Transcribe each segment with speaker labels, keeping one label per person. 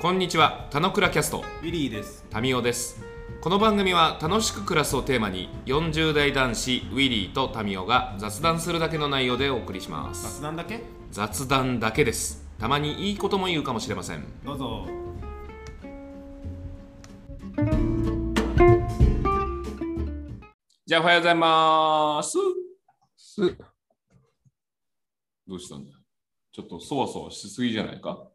Speaker 1: こんにちは、たのくらキャスト、
Speaker 2: ウィリーです。
Speaker 1: タミオです。この番組は楽しく暮らすをテーマに、40代男子ウィリーとタミオが雑談するだけの内容でお送りします。
Speaker 2: 雑談だけ
Speaker 1: 雑談だけです。たまにいいことも言うかもしれません。
Speaker 2: どうぞ。
Speaker 1: じゃあおはようございます。どうしたんだちょっとそわそわしすぎじゃないか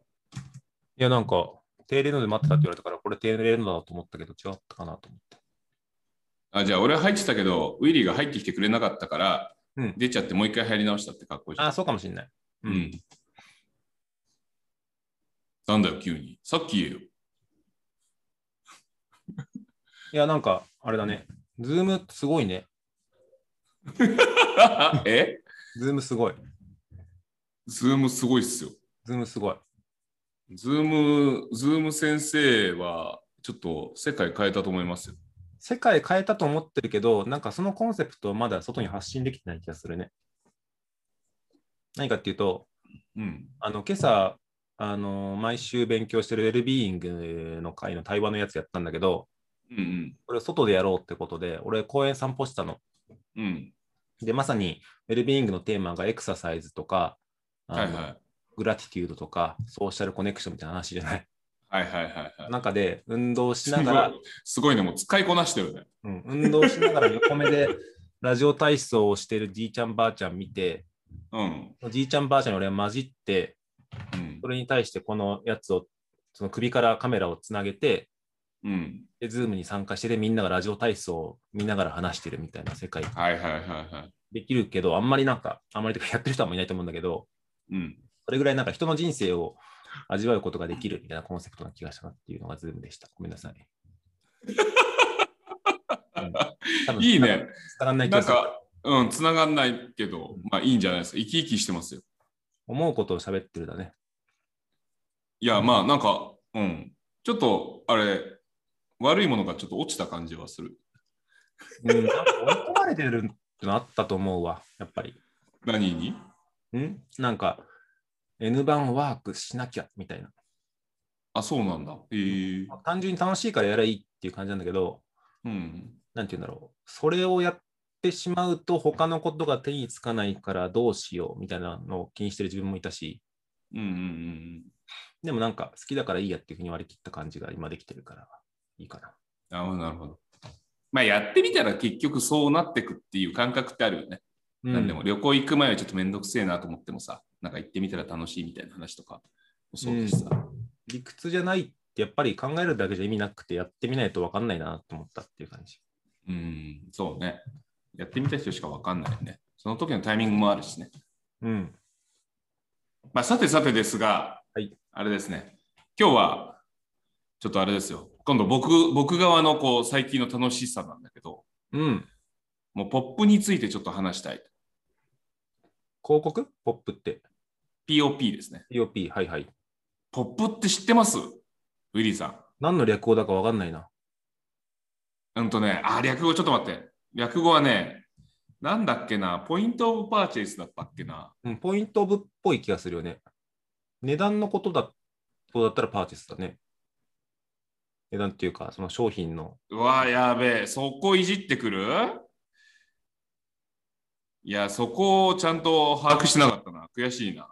Speaker 3: いや、なんか、定例ので待ってたって言われたから、これ定例のだと思ったけど、違ったかなと思って。
Speaker 1: あじゃあ俺は入ってたけど、ウィリーが入ってきてくれなかったから、
Speaker 3: うん
Speaker 1: 出ちゃってもう一回入り直したって格好いいじゃん
Speaker 3: あ、そうかもしんない。う
Speaker 1: うんん。なんだよ、急に。さっき言えよ。
Speaker 3: いや、なんか、あれだね。ズームすごいね。
Speaker 1: え
Speaker 3: ズームすごい。
Speaker 1: ズームすごいっすよ。
Speaker 3: ズームすごい。
Speaker 1: ズーム、ズーム先生は、ちょっと世界変えたと思いますよ。
Speaker 3: 世界変えたと思ってるけど、なんかそのコンセプトをまだ外に発信できてない気がするね。何かっていうと、
Speaker 1: うん。
Speaker 3: あの、今朝、あの、毎週勉強してるウェルビーイングの会の対話のやつやったんだけど、
Speaker 1: うん
Speaker 3: これを外でやろうってことで、俺公園散歩したの。
Speaker 1: うん。うん。
Speaker 3: で、まさに、ウェルビーイングのテーマがエクササイズとか、あの
Speaker 1: はいはい。
Speaker 3: グラティテュードとか、ソーシャルコネクションみたいな話じ ゃない。
Speaker 1: はいはいはいはい。
Speaker 3: 中で、運動し
Speaker 1: す
Speaker 3: な
Speaker 1: ごい
Speaker 3: がら、
Speaker 1: すごいね、もう使いこなしてるね。
Speaker 3: うん、運動しながら横目で、ラジオ体操をしているじいちゃんばあちゃん見て、
Speaker 1: うん。
Speaker 3: じいちゃんばあちゃんに俺は混じって、
Speaker 1: うん
Speaker 3: そ。れに対してこのやつを、その首からカメラをつなげて、
Speaker 1: うん。
Speaker 3: で、ズームに参加してて、みんながラジオ体操を見ながら話してるみたいな世界
Speaker 1: はいはいはいは
Speaker 3: できるけど、あんまりなんか、あんまりというかやってる人はあんまりいないと思うんだけど、
Speaker 1: い。うん。
Speaker 3: それぐらいなんか人の人生を味わうことができるみたいなコンセプトな気がしたなっていうのがズームでした。ごめんなさい。うん多分
Speaker 1: いいね。。
Speaker 3: 伝わんない気
Speaker 1: な
Speaker 3: が
Speaker 1: ん
Speaker 3: する
Speaker 1: か、うん、繋がんないけど、まあいいんじゃないですか。生き生きしてますよ。
Speaker 3: 思うことを喋ってるだね。
Speaker 1: いや、まあ、なんか、うん、ちょっと、あれ、悪いものがちょっと落ちた感じはする。
Speaker 3: うん、なんか追い込まれてるってのあったと思うわ、やっぱり。
Speaker 1: 何に
Speaker 3: んなんか、N 版ワークしなきゃみたいな。
Speaker 1: あ、そうなんだ。へえ
Speaker 3: 単純に楽しいからやればいいっていう感じなんだけど、
Speaker 1: うん。
Speaker 3: なんて言うんだろう。それをやってしまうと、他のことが手につかないからどうしようみたいなのを気にしてる自分もいたし、
Speaker 1: うんうんうん
Speaker 3: でもなんか好きだからいいやっていうふうに割り切った感じが今できてるからいいかな。
Speaker 1: うん。あなるほど。まあ、やってみたら結局そうなってくっていう感覚ってあるよね。
Speaker 3: うん
Speaker 1: なんでも旅行行く前はちょっとめんどくせえなと思ってもさ、なんか行ってみたら楽しいみたいな話とかもそうだしさ。
Speaker 3: 理屈じゃないってやっぱり考えるだけじゃ意味なくてやってみないと分かんないなと思ったっていう感じ。
Speaker 1: うん、そうね。やってみた人しかわかんないよね。その時のタイミングもあるしね。
Speaker 3: うん。
Speaker 1: まあ、さてさてですが、
Speaker 3: はい
Speaker 1: あれですね、今日はちょっとあれですよ、今度僕僕側のこう最近の楽しさなんだけど、
Speaker 3: うん。
Speaker 1: もうポップについてちょっと話したい。
Speaker 3: 広告ポップって。
Speaker 1: POP ですね。
Speaker 3: POP。はいはい。
Speaker 1: ポップって知ってますウィリーさん。
Speaker 3: 何の略語だか分かんないな。
Speaker 1: うんとね、あ、略語ちょっと待って。略語はね、なんだっけな、ポイントオブパーチェイスだったっけな。
Speaker 3: うん、ポイントオブっぽい気がするよね。値段のことだとだったらパーティスだね。値段っていうか、その商品の。
Speaker 1: うわやべえ、そこいじってくるいや、そこをちゃんと把握してなかったな。悔しいな。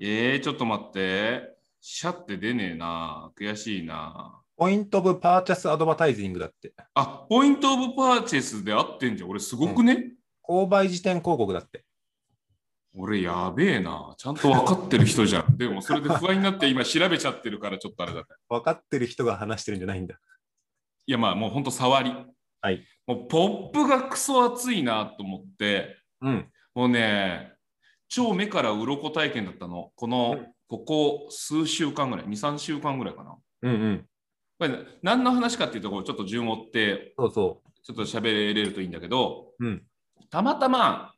Speaker 1: えー、ちょっと待って。シャって出ねえな。悔しいな。
Speaker 3: ポイントオブパーチャスアドバタイジングだって。
Speaker 1: あ、ポイントオブパーチェスで合ってんじゃん。俺すごくね、
Speaker 3: 購買時点広告だって。
Speaker 1: 俺やべえな。ちゃんと分かってる人じゃん。でもそれで不安になって今調べちゃってるからちょっとあれだね。
Speaker 3: 分かってる人が話してるんじゃないんだ。
Speaker 1: いやまあもうほんと触り。
Speaker 3: はい。
Speaker 1: もうポップがクソ熱いなと思って、
Speaker 3: うん。
Speaker 1: もうね、超目から鱗体験だったの。この、
Speaker 3: うん
Speaker 1: ここ数週間ぐらい、2、3週間ぐらいかな。
Speaker 3: うんうん。
Speaker 1: これ何の話かっていうところちょっと順を追って、
Speaker 3: そうそ
Speaker 1: ちょっと喋れれるといいんだけど、
Speaker 3: う。うん。
Speaker 1: たまたま、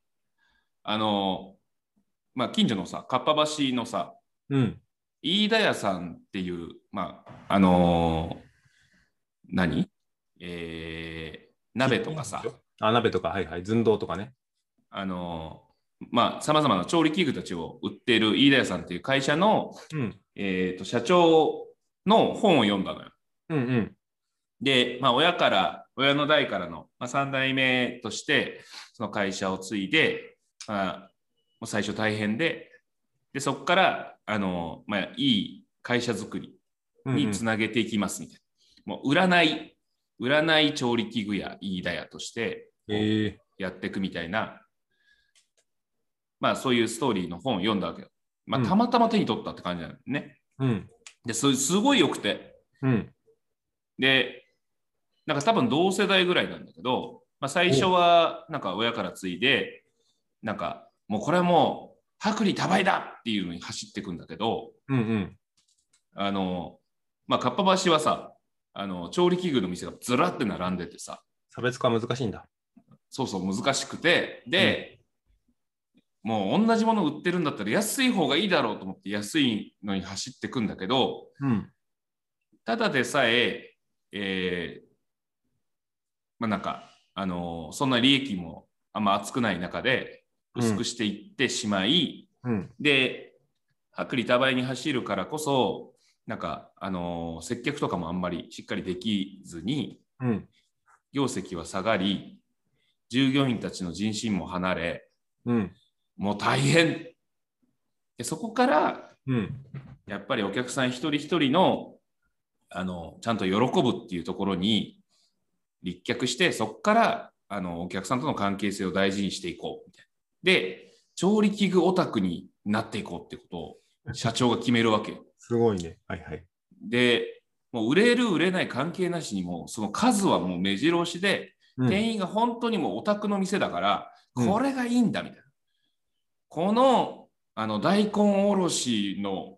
Speaker 1: あの、まあ、近所のさ、かっぱ橋のさ、
Speaker 3: うん。
Speaker 1: 飯田屋さんっていう、まあ、あのー何えー、鍋とかさ、
Speaker 3: あ、鍋とか、はいはい。寸胴とかね。
Speaker 1: あのまあ、さまざまな調理器具たちを売っている飯田屋さんっていう会社の、
Speaker 3: うん。
Speaker 1: えー、と社長の本を読んだのよ。
Speaker 3: うんうん。
Speaker 1: で、まあ、親から、親の代からの、まあ、3代目として、その会社を継いで、まあ、もう最初大変で、で、そこから、あの、まあ、いい会社作り
Speaker 3: うんうん
Speaker 1: につなげていきますみたいな。もう、占い、占い調理器具や飯田屋として
Speaker 3: ええ
Speaker 1: やっていくみたいな、まあ、そういうストーリーの本を読んだわけよ。まあ、
Speaker 3: うん
Speaker 1: たまたま手に取ったって感じなのね。
Speaker 3: うん。
Speaker 1: で、すすごい良くて、
Speaker 3: うん。
Speaker 1: で、なんか多分同世代ぐらいなんだけど、まあ、最初はなんか親から継いで、なんかもうこれはもう薄利多売だっていうのに走っていくんだけど、
Speaker 3: うんうん。
Speaker 1: あの、まあ、かっぱ橋はさ、あの調理器具の店がずらって並んでてさ、
Speaker 3: 差別化は難しいんだ。
Speaker 1: そうそう難しくて、で、もう同じもの売ってるんだったら安い方がいいだろうと思って安いのに走っていくんだけど、
Speaker 3: うん。
Speaker 1: ただでさええーまあなんか、あのーそんな利益もあんま厚くない中で
Speaker 3: うん
Speaker 1: 薄くしていってしまい、
Speaker 3: うん。
Speaker 1: で薄利多売に走るからこそなんか、あのー接客とかもあんまりしっかりできずに
Speaker 3: うん。
Speaker 1: 業績は下がり従業員たちの人心も離れ
Speaker 3: うん。
Speaker 1: もう大変でそこから
Speaker 3: うん。
Speaker 1: やっぱりお客さん一人一人のあのちゃんと喜ぶっていうところに立脚してそこからあのお客さんとの関係性を大事にしていこうみたいな。で調理器具オタクになっていこうってことを社長が決めるわけよ。
Speaker 3: すごいね。はいはい。
Speaker 1: でもう売れる売れない関係なしにもうその数はもう目白押しで、
Speaker 3: うん。
Speaker 1: 店員が本当にもうオタクの店だから、
Speaker 3: うん
Speaker 1: これがいいんだみたいな。このあの大根おろしの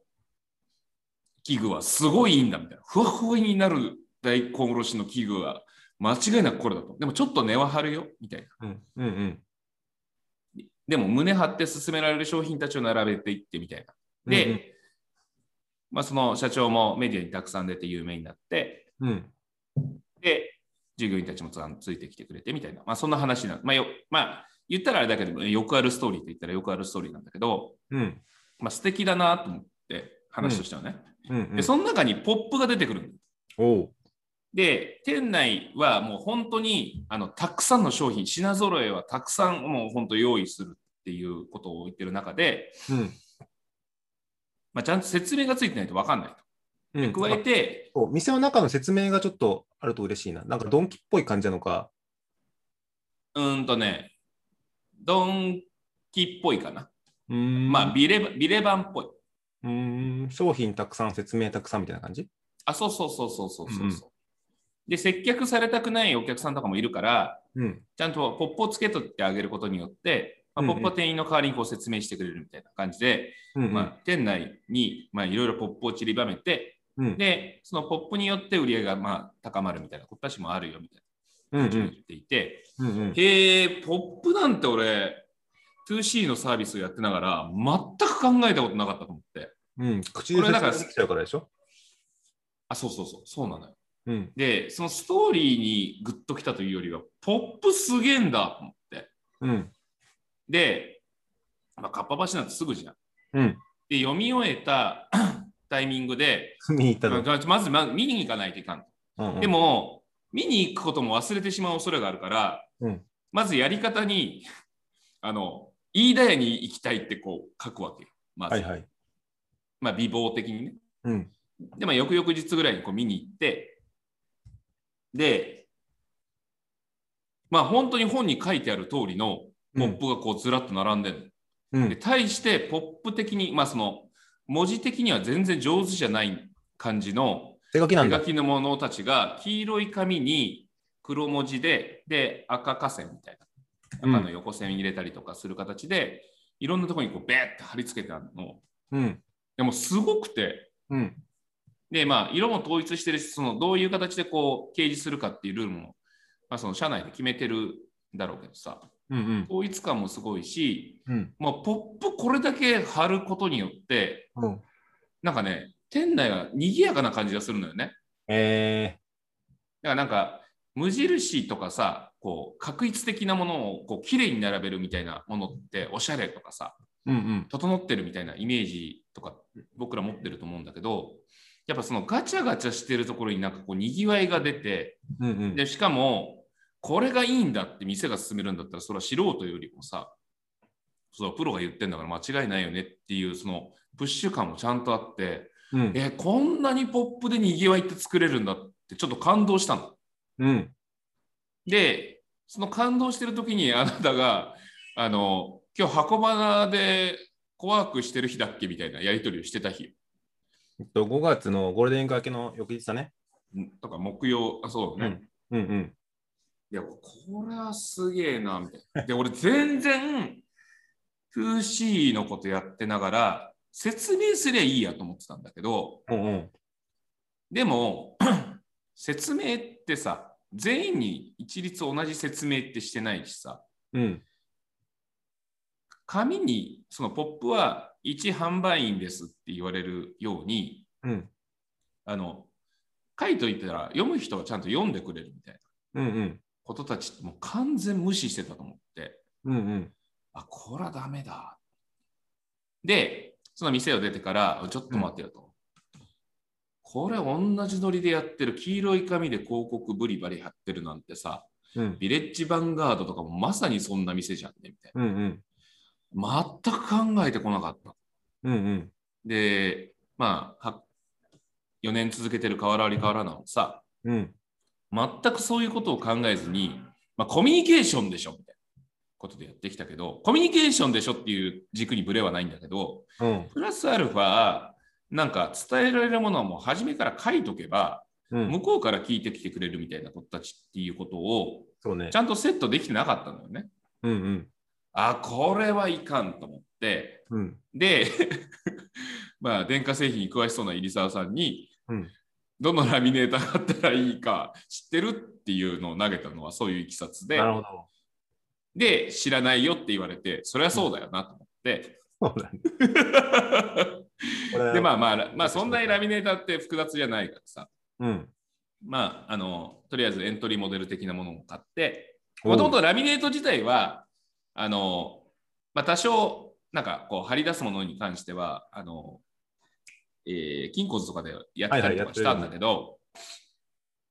Speaker 1: 器具はすごいいいんだみたいな。ふわふわになる大根おろしの器具は間違いなくこれだと。でもちょっと根は張るよみたいな。
Speaker 3: うん。うん。うん。
Speaker 1: でも胸張って勧められる商品たちを並べていってみたいな。で、
Speaker 3: うん
Speaker 1: まあ、その社長もメディアにたくさん出て有名になって、
Speaker 3: うん。
Speaker 1: で、従業員たちもつんついてきてくれてみたいな、まあ、そんな話な、まあよまあ、言ったらあれだけど、よくあるストーリーって言ったらよくあるストーリーなんだけど、
Speaker 3: うん。
Speaker 1: まあ、素敵だなと思って、話としてはね。
Speaker 3: うん。
Speaker 1: で、その中にポップが出てくるの
Speaker 3: おう。
Speaker 1: で、店内はもう本当にあのたくさんの商品、品揃えはたくさんもう本当用意するっていうことを言ってる中で、
Speaker 3: うん。
Speaker 1: まあ、ちゃんと説明がついてないと分かんない
Speaker 3: うん
Speaker 1: と。加えて、
Speaker 3: そう店の中の説明がちょっとあると嬉しいな。なんかドンキっぽい感じなのか。
Speaker 1: うーんとね、ドンキっぽいかな。
Speaker 3: うーん
Speaker 1: まあビレ、ビレ版っぽい。
Speaker 3: うーん商品たくさん、説明たくさんみたいな感じ
Speaker 1: あ、そうそうそうそうそうそうそう、
Speaker 3: うんうん
Speaker 1: で、接客されたくないお客さんとかもいるから、
Speaker 3: うん。
Speaker 1: ちゃんとポップをつけとってあげることによって、まあ、
Speaker 3: うん
Speaker 1: ポ
Speaker 3: うん
Speaker 1: ップは店員の代わりにこう説明してくれるみたいな感じで、
Speaker 3: うん。
Speaker 1: まあ、店内にまあいろいろポップを散りばめて、
Speaker 3: うん。
Speaker 1: で、そのポップによって売り上げがまあ高まるみたいなことたちもあるよみたい
Speaker 3: うんう
Speaker 1: な感じで言
Speaker 3: ん。
Speaker 1: っていて、
Speaker 3: うんうん。
Speaker 1: へえ、ポップなんて俺、2C のサービスをやってながら、全く考えたことなかったと思って。
Speaker 3: うん。口で
Speaker 1: これだ
Speaker 3: 説
Speaker 1: から
Speaker 3: 明できちゃうからでしょ
Speaker 1: あ、そうそうそう、そうなのよ。
Speaker 3: うん。
Speaker 1: で、そのストーリーにグッときたというよりは、ポップすげえんだと思って。
Speaker 3: うん。
Speaker 1: で、まあ、かっぱ橋なんてすぐじゃん。
Speaker 3: うん。
Speaker 1: で、読み終えた タイミングで、
Speaker 3: 見に行った
Speaker 1: ま
Speaker 3: の。
Speaker 1: あまずまあ見に行かないといかん。
Speaker 3: うんうん
Speaker 1: で、も、見に行くことも忘れてしまう恐れがあるから、
Speaker 3: うん
Speaker 1: まずやり方に、 あの、飯田屋に行きたいってこう書くわけよ。まず、
Speaker 3: はいはい。
Speaker 1: まあ、美貌的にね。
Speaker 3: うん。
Speaker 1: で、まあ、翌々日ぐらいにこう見に行って、で、まあ、本当に本に書いてある通りのポップがこうずらっと並んでる、
Speaker 3: う
Speaker 1: で
Speaker 3: ん。
Speaker 1: 対してポップ的に、まあ、その文字的には全然上手じゃない感じの
Speaker 3: 手書き
Speaker 1: 手
Speaker 3: なんだ
Speaker 1: 書。きのものたちが黄色い紙に黒文字でで赤下線みたいな赤の横線入れたりとかする形で、いろんなところにこうベーって貼り付けてあるの
Speaker 3: うん。
Speaker 1: でもすごくて
Speaker 3: うん。
Speaker 1: で、まあ、色も統一してるし、そのどういう形でこう掲示するかっていうルールも、まあ、その社内で決めてるんだろうけどさ、
Speaker 3: うんうん。
Speaker 1: 統一感もすごいし、
Speaker 3: うん。
Speaker 1: まあ、ポップこれだけ貼ることによって、
Speaker 3: うん。
Speaker 1: なんかね、店内が賑やかな感じがするのよね。
Speaker 3: え
Speaker 1: だからなんか、無印とかさ、こう、確一的なものを、こう、綺麗に並べるみたいなものって、おしゃれとかさ、
Speaker 3: うんうん。
Speaker 1: 整ってるみたいなイメージとか、僕ら持ってると思うんだけど、やっぱそのガチャガチャしてるところになんかこう、にぎわいが出て、
Speaker 3: うんうん。
Speaker 1: で、しかも、これがいいんだって店が勧めるんだったら、それは素人よりもさ、そう、プロが言ってんだから間違いないよねっていう、その、プッシュ感もちゃんとあって、
Speaker 3: うん
Speaker 1: えこんなにポップでにぎわいって作れるんだってちょっと感動したの。
Speaker 3: うん。
Speaker 1: でその感動してる時にあなたが「あの今日箱花でコワークしてる日だっけ?」みたいなやり取りをしてた日
Speaker 3: えっと、5月のゴールデンウィーク明けの翌日だね。
Speaker 1: んとか木曜あそうね、
Speaker 3: うんうん。
Speaker 1: いやこれはすげえなみたいな。で俺全然 2C のことやってながら説明すりゃいいやと思ってたんだけど
Speaker 3: うんうん。
Speaker 1: でも 説明ってさ全員に一律同じ説明ってしてないしさ
Speaker 3: うん。
Speaker 1: 紙にそのポップは一販売員ですって言われるように
Speaker 3: うん。
Speaker 1: あの書いといたら読む人はちゃんと読んでくれるみたいな
Speaker 3: うんうん。
Speaker 1: ことたちってもう完全無視してたと思って
Speaker 3: うんうん。
Speaker 1: あこらダメだでその店を出てからちょっと待ってよと、これ同じノリでやってる黄色い紙で広告ブリバリ貼ってるなんてさ
Speaker 3: うん
Speaker 1: ビレッジヴァンガードとかもまさにそんな店じゃんねみたい
Speaker 3: うんうん。
Speaker 1: な。全く考えてこなかった。
Speaker 3: うんうん。
Speaker 1: で、まあ、は4年続けてる変わらわり変わらなのさ、
Speaker 3: うん。
Speaker 1: 全くそういうことを考えずに、まあ、コミュニケーションでしょみたいなことでやってきたけど、コミュニケーションでしょっていう軸にブレはないんだけど、
Speaker 3: うん。
Speaker 1: プラスアルファ、なんか伝えられるものはもう初めから書いとけば、
Speaker 3: うん。
Speaker 1: 向こうから聞いてきてくれるみたいな子たちっていうことを、
Speaker 3: そうね
Speaker 1: ち。ゃんとセットできてなかったんだよね。
Speaker 3: うんうん。
Speaker 1: あ、これはいかんと思って、
Speaker 3: うん。
Speaker 1: で、 まあ、電化製品に詳しそうな入澤さんに、
Speaker 3: うん
Speaker 1: どのラミネーターがあったらいいか知ってるっていうのを投げたのはそういういきさつで
Speaker 3: な、るほど。
Speaker 1: で、知らないよって言われて、それはそうだよなと思って、
Speaker 3: そうだね。これ
Speaker 1: で、まあまあ、まあ、そんなにラミネーターって複雑じゃないからさ、
Speaker 3: うん。
Speaker 1: まあ、あの、とりあえずエントリーモデル的なものを買って、
Speaker 3: お
Speaker 1: もともとラミネート自体は、あの、まあ、多少、なんかこう、張り出すものに関しては、あの、えー、金庫図とかでやったりとかしたんだけど、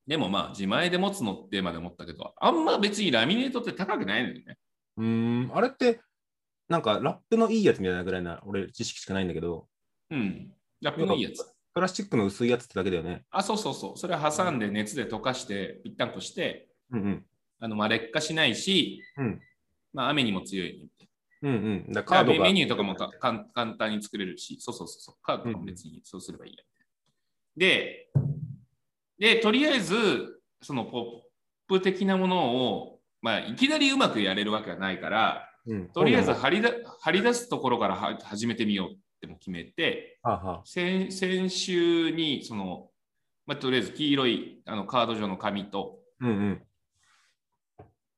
Speaker 1: でもまあ、自前で持つのってまで思ったけど、あんま別にラミネートって高くないのよね。
Speaker 3: うーん。あれって、なんかラップのいいやつみたいなぐらいな、俺知識しかないんだけど、
Speaker 1: うん。ラップのいいやつ。
Speaker 3: プラスチックの薄いやつってだけだよね。
Speaker 1: あ、そうそうそう。それ挟んで熱で溶かして、一旦こして、
Speaker 3: うんうん。
Speaker 1: あの、まあ、劣化しないし、
Speaker 3: うん
Speaker 1: まあ、雨にも強い、
Speaker 3: うんうん。だから
Speaker 1: カ
Speaker 3: カードが。
Speaker 1: メニューとかもかかん簡単に作れるし、そうそうそうそう、カードとかも別にそうすればいいや、で、で、とりあえず、そのポップ的なものを、まあ、いきなりうまくやれるわけはないから、
Speaker 3: うん
Speaker 1: とりあえず張りだ張り出すところからは始めてみようっても決めて、
Speaker 3: はあはあ
Speaker 1: 先先週に、その、まあ、とりあえず黄色いあのカード上の紙と、
Speaker 3: うんうん。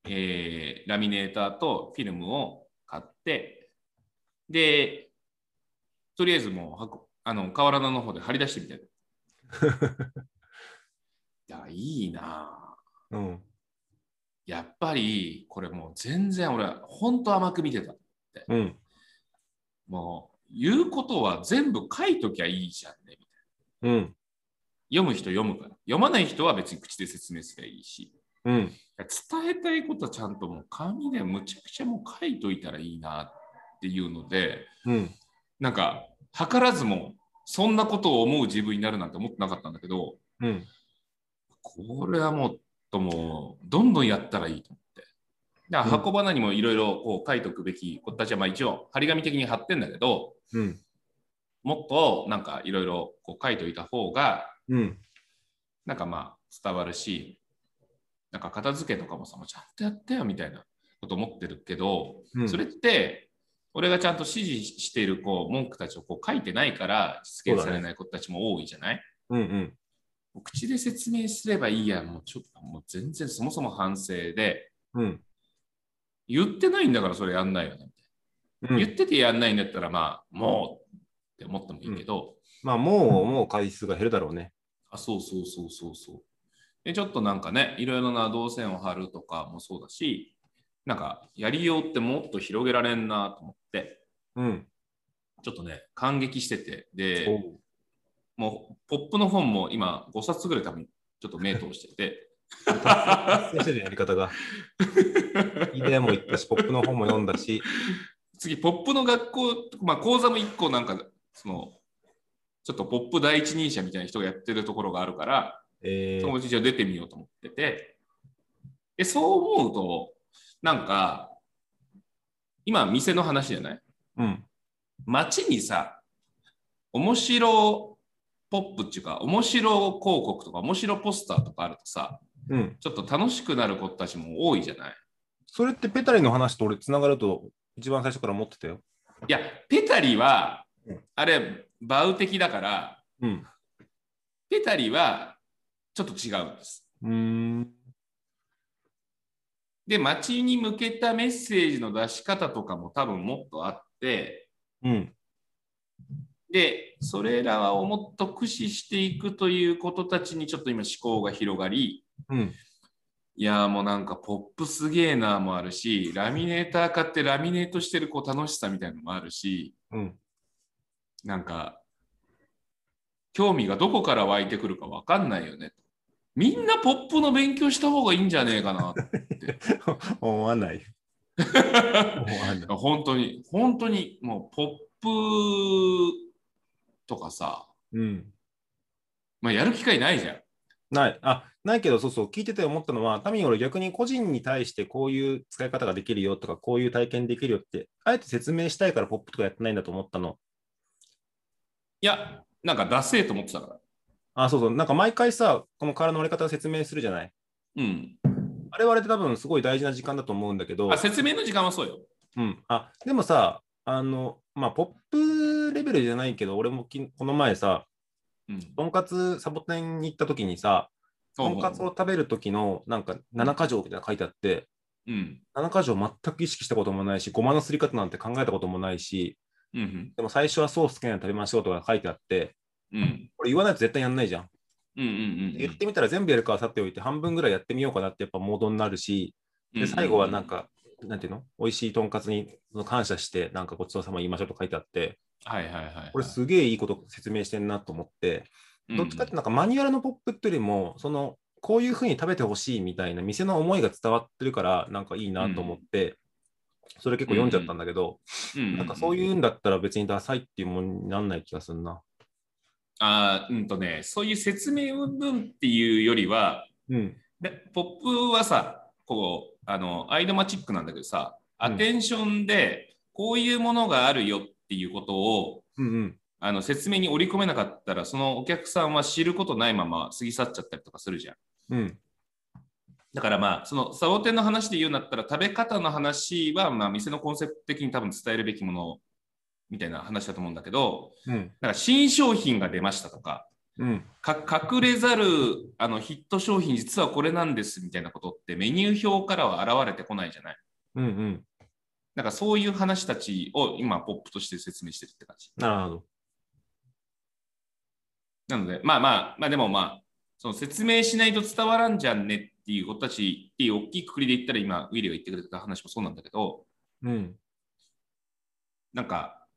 Speaker 1: えーラミネーターとフィルムを買って、で、とりあえずもう箱、あの、河原の方で貼り出してみたい。いや、いいなぁ
Speaker 3: うん。
Speaker 1: やっぱり、これもう全然俺、ほんと甘く見てた。
Speaker 3: うん。
Speaker 1: もう、言うことは全部書いときゃいいじゃんね。
Speaker 3: うん。
Speaker 1: 読む人読むから。読まない人は別に口で説明すればいいし。
Speaker 3: うん。
Speaker 1: 伝えたいことはちゃんともう紙でむちゃくちゃもう書いといたらいいなっていうので、
Speaker 3: うん。
Speaker 1: なんか、図らずも、そんなことを思う自分になるなんて思ってなかったんだけど、
Speaker 3: うん。
Speaker 1: これはもっともう、どんどんやったらいいと思って。だから、
Speaker 3: うん
Speaker 1: 箱花にもいろいろこう書いとくべきことたちは、まあ一応、張り紙的に貼ってんだけど、
Speaker 3: うん。
Speaker 1: もっとなんかいろいろこう書いといた方が、
Speaker 3: うん。
Speaker 1: なんかまあ伝わるし、なんか片付けとかもさ、もうちゃんとやってよみたいなこと思ってるけど、
Speaker 3: うん。
Speaker 1: それって、俺がちゃんと指示しているこう文句たちをこう書いてないから実現されないことたちも多いじゃない、
Speaker 3: うんうん。
Speaker 1: もう口で説明すればいいやん、もうちょっともう全然そもそも反省で、
Speaker 3: うん。
Speaker 1: 言ってないんだからそれやんないよね。
Speaker 3: うん
Speaker 1: 言っててやんないんだったら、まあ、もうって思ってもいいけど、
Speaker 3: まあ、もう、もう回数が減るだろうね。
Speaker 1: あ、そうそうそうそうそう。でちょっとなんかねいろいろな動線を張るとかもそうだしなんかやりようってもっと広げられんなと思って
Speaker 3: うん。
Speaker 1: ちょっとね感激してて
Speaker 3: お
Speaker 1: で
Speaker 3: う
Speaker 1: もうポップの本も今5冊ぐらい多分ちょっと目通して て
Speaker 3: 先生のやり 方が。イデアも言ったし、ポップの本も読んだし、
Speaker 1: 次ポップの学校、まあ、講座も1個なんかそのちょっとポップ第一人者みたいな人がやってるところがあるから
Speaker 3: え
Speaker 1: そ
Speaker 3: ー
Speaker 1: のうちじゃあ出てみようと思ってて、でそう思うと、なんか、今、店の話じゃない
Speaker 3: うん。
Speaker 1: 街にさ、面白ポップっていうか、面白広告とか、面白ポスターとかあるとさ、
Speaker 3: うん。
Speaker 1: ちょっと楽しくなる子たちも多いじゃない
Speaker 3: それってペタリの話と俺つながると、一番最初から思ってたよ。
Speaker 1: いや、ペタリは
Speaker 3: うん、
Speaker 1: あれ、バウ的だから、
Speaker 3: うん。
Speaker 1: ペタリはちょっと違うんです。
Speaker 3: うーん。
Speaker 1: で、街に向けたメッセージの出し方とかも多分もっとあって、
Speaker 3: うん。
Speaker 1: で、それらをもっと駆使していくということたちにちょっと今思考が広がり、
Speaker 3: うん。
Speaker 1: いやーもうなんかポップすげえなーもあるし、ラミネーター買ってラミネートしてるこう楽しさみたいなのもあるし、
Speaker 3: うん。
Speaker 1: なんか、興味がどこから湧いてくるかわかんないよね。みんなポップの勉強した方がいいんじゃねえか な。
Speaker 3: 思わない。思わない。
Speaker 1: 本当に、本当にもうポップとかさ、
Speaker 3: うん。
Speaker 1: まあ、やる機会ないじゃん。
Speaker 3: ない。あ、ないけど、そうそう、聞いてて思ったのは、多分俺逆に個人に対してこういう使い方ができるよとか、こういう体験できるよって、あえて説明したいからポップとかやってないんだと思ったの。
Speaker 1: いや、なんかダセえと思ってたから。
Speaker 3: あ、そうそう、なんか毎回さ、この体の折れ方を説明するじゃない。
Speaker 1: うん。
Speaker 3: あれはあれで多分すごい大事な時間だと思うんだけど
Speaker 1: あ、説明の時間はそうよ。
Speaker 3: うん。あ、でもさ、あの、まあ、ポップレベルじゃないけど、俺もきこの前さ、
Speaker 1: うん。
Speaker 3: とんかつサボテンに行った時にさ、とんかつを食べる時のなんか7か条みたいなの書いてあって、
Speaker 1: うん。
Speaker 3: 7箇条全く意識したこともないし、ごまのすり方なんて考えたこともないし、
Speaker 1: うん。
Speaker 3: でも最初はソース好きなの食べましょうとか書いてあって、
Speaker 1: うん。うん。
Speaker 3: これ言わないと絶対やんないじゃん。
Speaker 1: うん。うん。
Speaker 3: 言ってみたら全部やるかはさておいて、半分ぐらいやってみようかなってやっぱモードになるし、で最後はなん。か、なんていうの美味しいとんかつにその感謝して、なんかごちそうさま言いましょうと書いてあって、
Speaker 1: はいはいはい。
Speaker 3: これすげえいいこと説明してんなと思って、どっちかってなんかマニュアルのポップっていうよりも、その、こういうふうに食べてほしいみたいな店の思いが伝わってるから、なんかいいなと思って、それ結構読んじゃったんだけど、
Speaker 1: うん。
Speaker 3: なんかそう
Speaker 1: う
Speaker 3: い
Speaker 1: ん。
Speaker 3: うんだったら別にダサいっていうものになんない気がするな。
Speaker 1: あーうんとね、そういう説明云々っていうよりは、
Speaker 3: うん。
Speaker 1: でポップはさ、こう、あの、アイドマチックなんだけどさ、アテンションで、こういうものがあるよっていうことを、
Speaker 3: うんうん。
Speaker 1: あの説明に織り込めなかったら、そのお客さんは知ることないまま過ぎ去っちゃったりとかするじゃん。
Speaker 3: うん。
Speaker 1: だからまあ、そのサボテンの話で言うんだったら、食べ方の話は、まあ、店のコンセプト的に多分伝えるべきものみたいな話だと思うんだけど、
Speaker 3: うん。
Speaker 1: なんか新商品が出ましたとか、
Speaker 3: うん。
Speaker 1: か隠れざるあのヒット商品、実はこれなんですみたいなことって、メニュー表からは現れてこないじゃない。
Speaker 3: うんうん。
Speaker 1: なんかそういう話たちを今、ポップとして説明してるって感じ。
Speaker 3: なるほど。
Speaker 1: なので、まあまあ、まあでもまあ、その説明しないと伝わらんじゃんねっていうことたちっていう大きいくくりで言ったら、今、ウィリーが言ってくれた話もそうなんだけど、
Speaker 3: うん。
Speaker 1: なんか、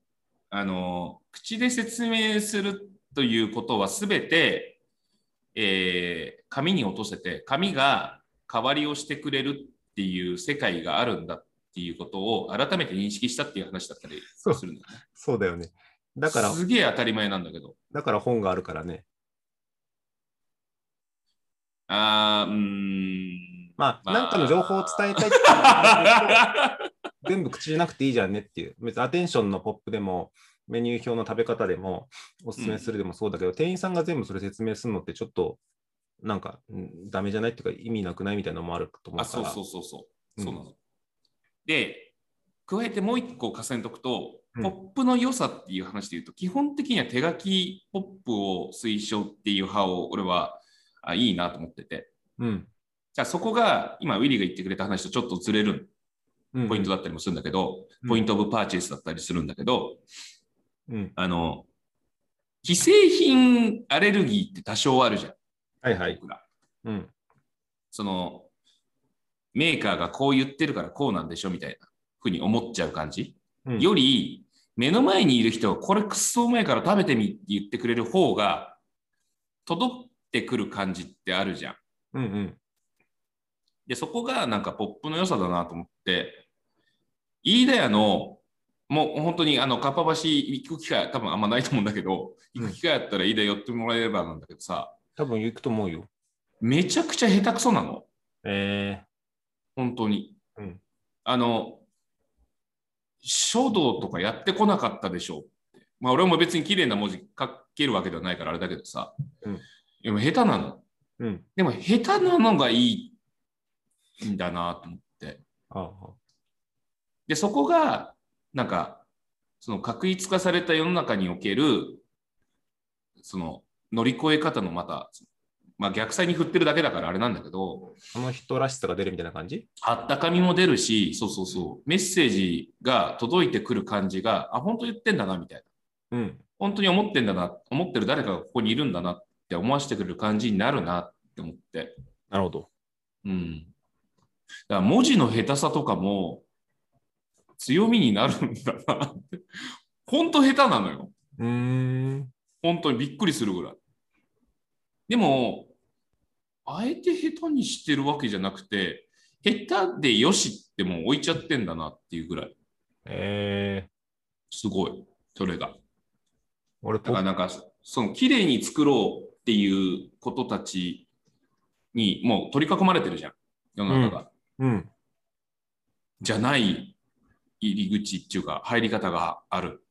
Speaker 1: あの、口で説明するということはすべて、えー紙に落とせて、紙が代わりをしてくれるっていう世界があるんだっていうことを改めて認識したっていう話だったりす
Speaker 3: そう
Speaker 1: るんだよね。
Speaker 3: そうだよね。だから、
Speaker 1: すげえ当たり前なんだけど。
Speaker 3: だから本があるからね。
Speaker 1: あーうー ん。
Speaker 3: まあ、
Speaker 1: まあ
Speaker 3: なんかの情報を伝えたいっていうのがあるんだけど全部口じゃなくていいじゃんねっていう。別にアテンションのポップでも、メニュー表の食べ方でも、おすすめするでもそうだけど、店員さんが全部それ説明するのってちょっと、なんか、うんダメじゃないっていうか、意味なくないみたいなのもあると思
Speaker 1: あ、
Speaker 3: うか
Speaker 1: そ
Speaker 3: ら。
Speaker 1: うそうそうそう。そうなの。
Speaker 3: う
Speaker 1: で、加えてもう一個重ねとくと、
Speaker 3: うん
Speaker 1: ポップの良さっていう話で言うと、基本的には手書きポップを推奨っていう派を俺はあいいなと思ってて。
Speaker 3: うん。
Speaker 1: じゃあそこが今ウィリーが言ってくれた話とちょっとずれる
Speaker 3: うん。
Speaker 1: ポイント
Speaker 3: だ。
Speaker 1: だったりもするんだけど、
Speaker 3: うん
Speaker 1: ポイントオブパーチェイスだったりするんだけど、
Speaker 3: うん。
Speaker 1: あの、既製品アレルギーって多少あるじゃん、
Speaker 3: はいはい。
Speaker 1: 僕ら。
Speaker 3: うん。
Speaker 1: その、メーカーがこう言ってるからこうなんでしょみたいなふうに思っちゃう感じ。
Speaker 3: うん
Speaker 1: より、目の前にいる人がこれくっそうまいから食べてみって言ってくれる方が、届ってくる感じってあるじゃん。
Speaker 3: うんうん。
Speaker 1: で、そこがなんかポップの良さだなと思って、飯田屋の、もう本当にあの、かっぱ橋行く機会多分あんまないと思うんだけど、
Speaker 3: うん
Speaker 1: 行く機会あったら飯田屋寄ってもらえればなんだけどさ、
Speaker 3: 多分行くと思うよ。
Speaker 1: めちゃくちゃ下手くそなの。
Speaker 3: え
Speaker 1: 本当に。
Speaker 3: うん
Speaker 1: あの、書道とかやってこなかったでしょうって。まあ俺も別に綺麗な文字書けるわけではないからあれだけどさ、
Speaker 3: うん
Speaker 1: でも下手なの。
Speaker 3: えうん。
Speaker 1: でも下手なのがいいんだなと思って。
Speaker 3: ああ。
Speaker 1: で、そこが、なんか、その確一化された世の中における、その乗り越え方のまた、まあ逆サイに振ってるだけだからあれなんだけど、
Speaker 3: その人らしさが出るみたいな感じ
Speaker 1: あったかみも出るし、そうそうそう、メッセージが届いてくる感じが、あ、本当言ってんだな、みたいな。
Speaker 3: うん。
Speaker 1: 本当に思ってんだな、思ってる誰かがここにいるんだなって思わせてくれる感じになるなって思って。
Speaker 3: なるほど。
Speaker 1: うん。だから文字の下手さとかも強みになるんだなって。ほんと下手なのよ。
Speaker 3: うーん。
Speaker 1: 本当にびっくりするぐらい。でも、あえて下手にしてるわけじゃなくて、下手でよしってもう置いちゃってんだなっていうぐらい、
Speaker 3: ええ
Speaker 1: すごい、それが。
Speaker 3: 俺
Speaker 1: だ
Speaker 3: ポ
Speaker 1: からなんか、その綺麗に作ろうっていうことたちにもう取り囲まれてるじゃん、世の中が。
Speaker 3: うん。
Speaker 1: じゃない入り口っていうか入り方がある。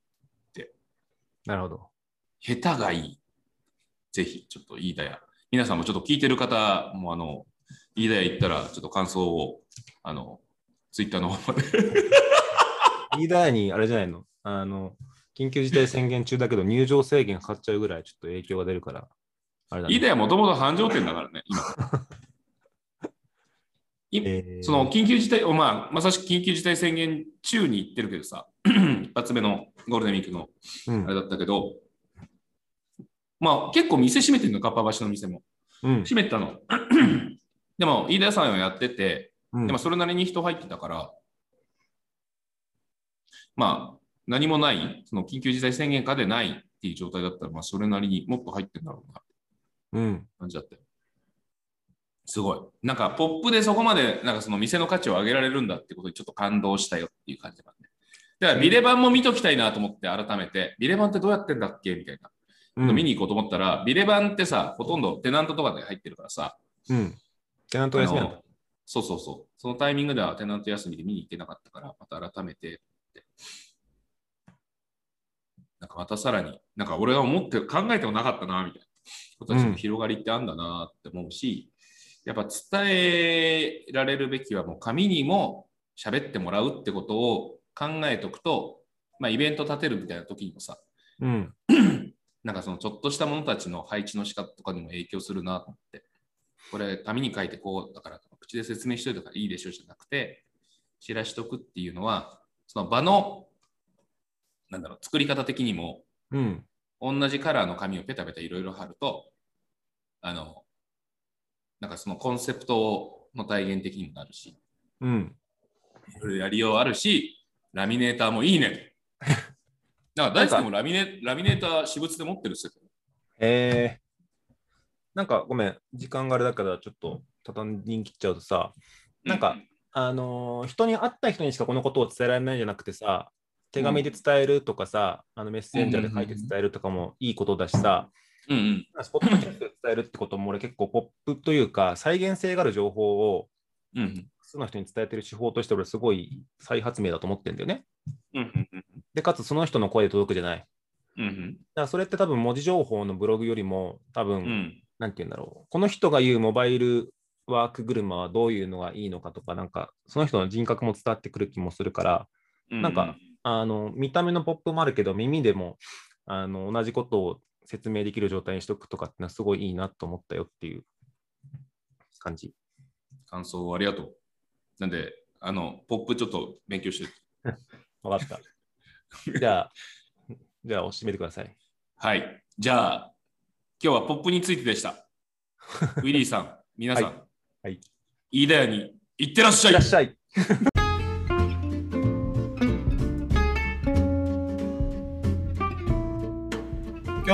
Speaker 3: なるほど。
Speaker 1: 下手がいい。ぜひ、ちょっと飯田屋。皆さんもちょっと聞いてる方も、あの、飯田屋行ったら、ちょっと感想を、あの、ツイッターの方まで。
Speaker 3: リーダーにあれじゃないのあの、緊急事態宣言中だけど入場制限かかっちゃうぐらいちょっと影響が出るから。あれだね
Speaker 1: 飯田屋もともと繁盛店だからね、今。
Speaker 3: えー
Speaker 1: その、緊急事態、おまあ、まさしく緊急事態宣言中に行ってるけどさ、 一発目のゴールデンウィークの
Speaker 3: うん
Speaker 1: あれだったけど、まあ、結構店閉めてるの、かっぱ橋の店も。
Speaker 3: うん。
Speaker 1: 閉めたの。でも、飯田屋さんをやってて、
Speaker 3: うん
Speaker 1: でもそれなりに人入ってたから、まあ、何もない、その緊急事態宣言下でないっていう状態だったら、まあ、それなりにもっと入ってんだろうなって
Speaker 3: うん。
Speaker 1: 感じだったよ。すごい。なんか、ポップでそこまで、なんかその店の価値を上げられるんだってことにちょっと感動したよっていう感じだね。だから、ビレ版も見ときたいなと思って、改めて、ビレ版ってどうやってんだっけみたいな。
Speaker 3: うん
Speaker 1: 見に行こうと思ったら、ビレ版ってさ、ほとんどテナントとかで入ってるからさ、
Speaker 3: うん。テナントお休みな
Speaker 1: あ
Speaker 3: んだ
Speaker 1: のそうそうそう。そのタイミングではテナント休みで見に行けなかったから、また改めてって。なんかまたさらに、なんか俺が思って考えてもなかったな、みたいな。ことたちの広がりってあんだなって思うし、やっぱ伝えられるべきはもう紙にも喋ってもらうってことを考えとくと、まあイベント立てるみたいな時にもさ、
Speaker 3: うん。
Speaker 1: なんかそのちょっとしたものたちの配置の仕方とかにも影響するなと思って、これ紙に書いてこうだから口で説明しといたからいいでしょじゃなくて、知らしとくっていうのは、その場の、なんだろう、作り方的にも、
Speaker 3: うん。
Speaker 1: 同じカラーの紙をペタペタいろいろ貼ると、あの、なんかそのコンセプトの体現的にもなるし、
Speaker 3: うん。
Speaker 1: いろいろやりようあるし、ラミネーターもいい ね。なんか大輔もラミネラミネーター私物で持ってるっすよ。
Speaker 3: えー、なんかごめん、時間があれだから、ちょっと畳み切っちゃうとさ、なんか、あのー人に会った人にしかこのことを伝えられないんじゃなくてさ、手紙で伝えるとかさ、あのメッセンジャーで書いて伝えるとかもいいことだしさ、
Speaker 1: うんうん。
Speaker 3: スポットキャストで伝えるってことも俺結構ポップというか、再現性がある情報を
Speaker 1: うん
Speaker 3: 複数の人に伝えてる手法として俺すごい再発明だと思ってんだよね。
Speaker 1: うんうんうん
Speaker 3: で、かつその人の声で届くじゃない。だか
Speaker 1: うん
Speaker 3: らそれって多分文字情報のブログよりも多分、
Speaker 1: うんうん
Speaker 3: なんて言うんだろう、この人が言うモバイルワーク車はどういうのがいいのかとか、なんか、その人の人格も伝わってくる気もするから、
Speaker 1: うん
Speaker 3: なんか、あの見た目のポップもあるけど、耳でもあの同じことを説明できる状態にしとくとかってのはすごいいいなと思ったよっていう感じ。
Speaker 1: 感想をありがとう。なんで、あの、ポップちょっと勉強して。
Speaker 3: わか った。じゃあ、じゃあ、お締めてください。
Speaker 1: はい。じゃ あ、今日はポップについてでした。ウィリーさん、皆さん、
Speaker 3: はいはい
Speaker 1: 飯田屋に行ってらっしゃ
Speaker 4: い
Speaker 1: い
Speaker 4: らっしゃい。
Speaker 3: 今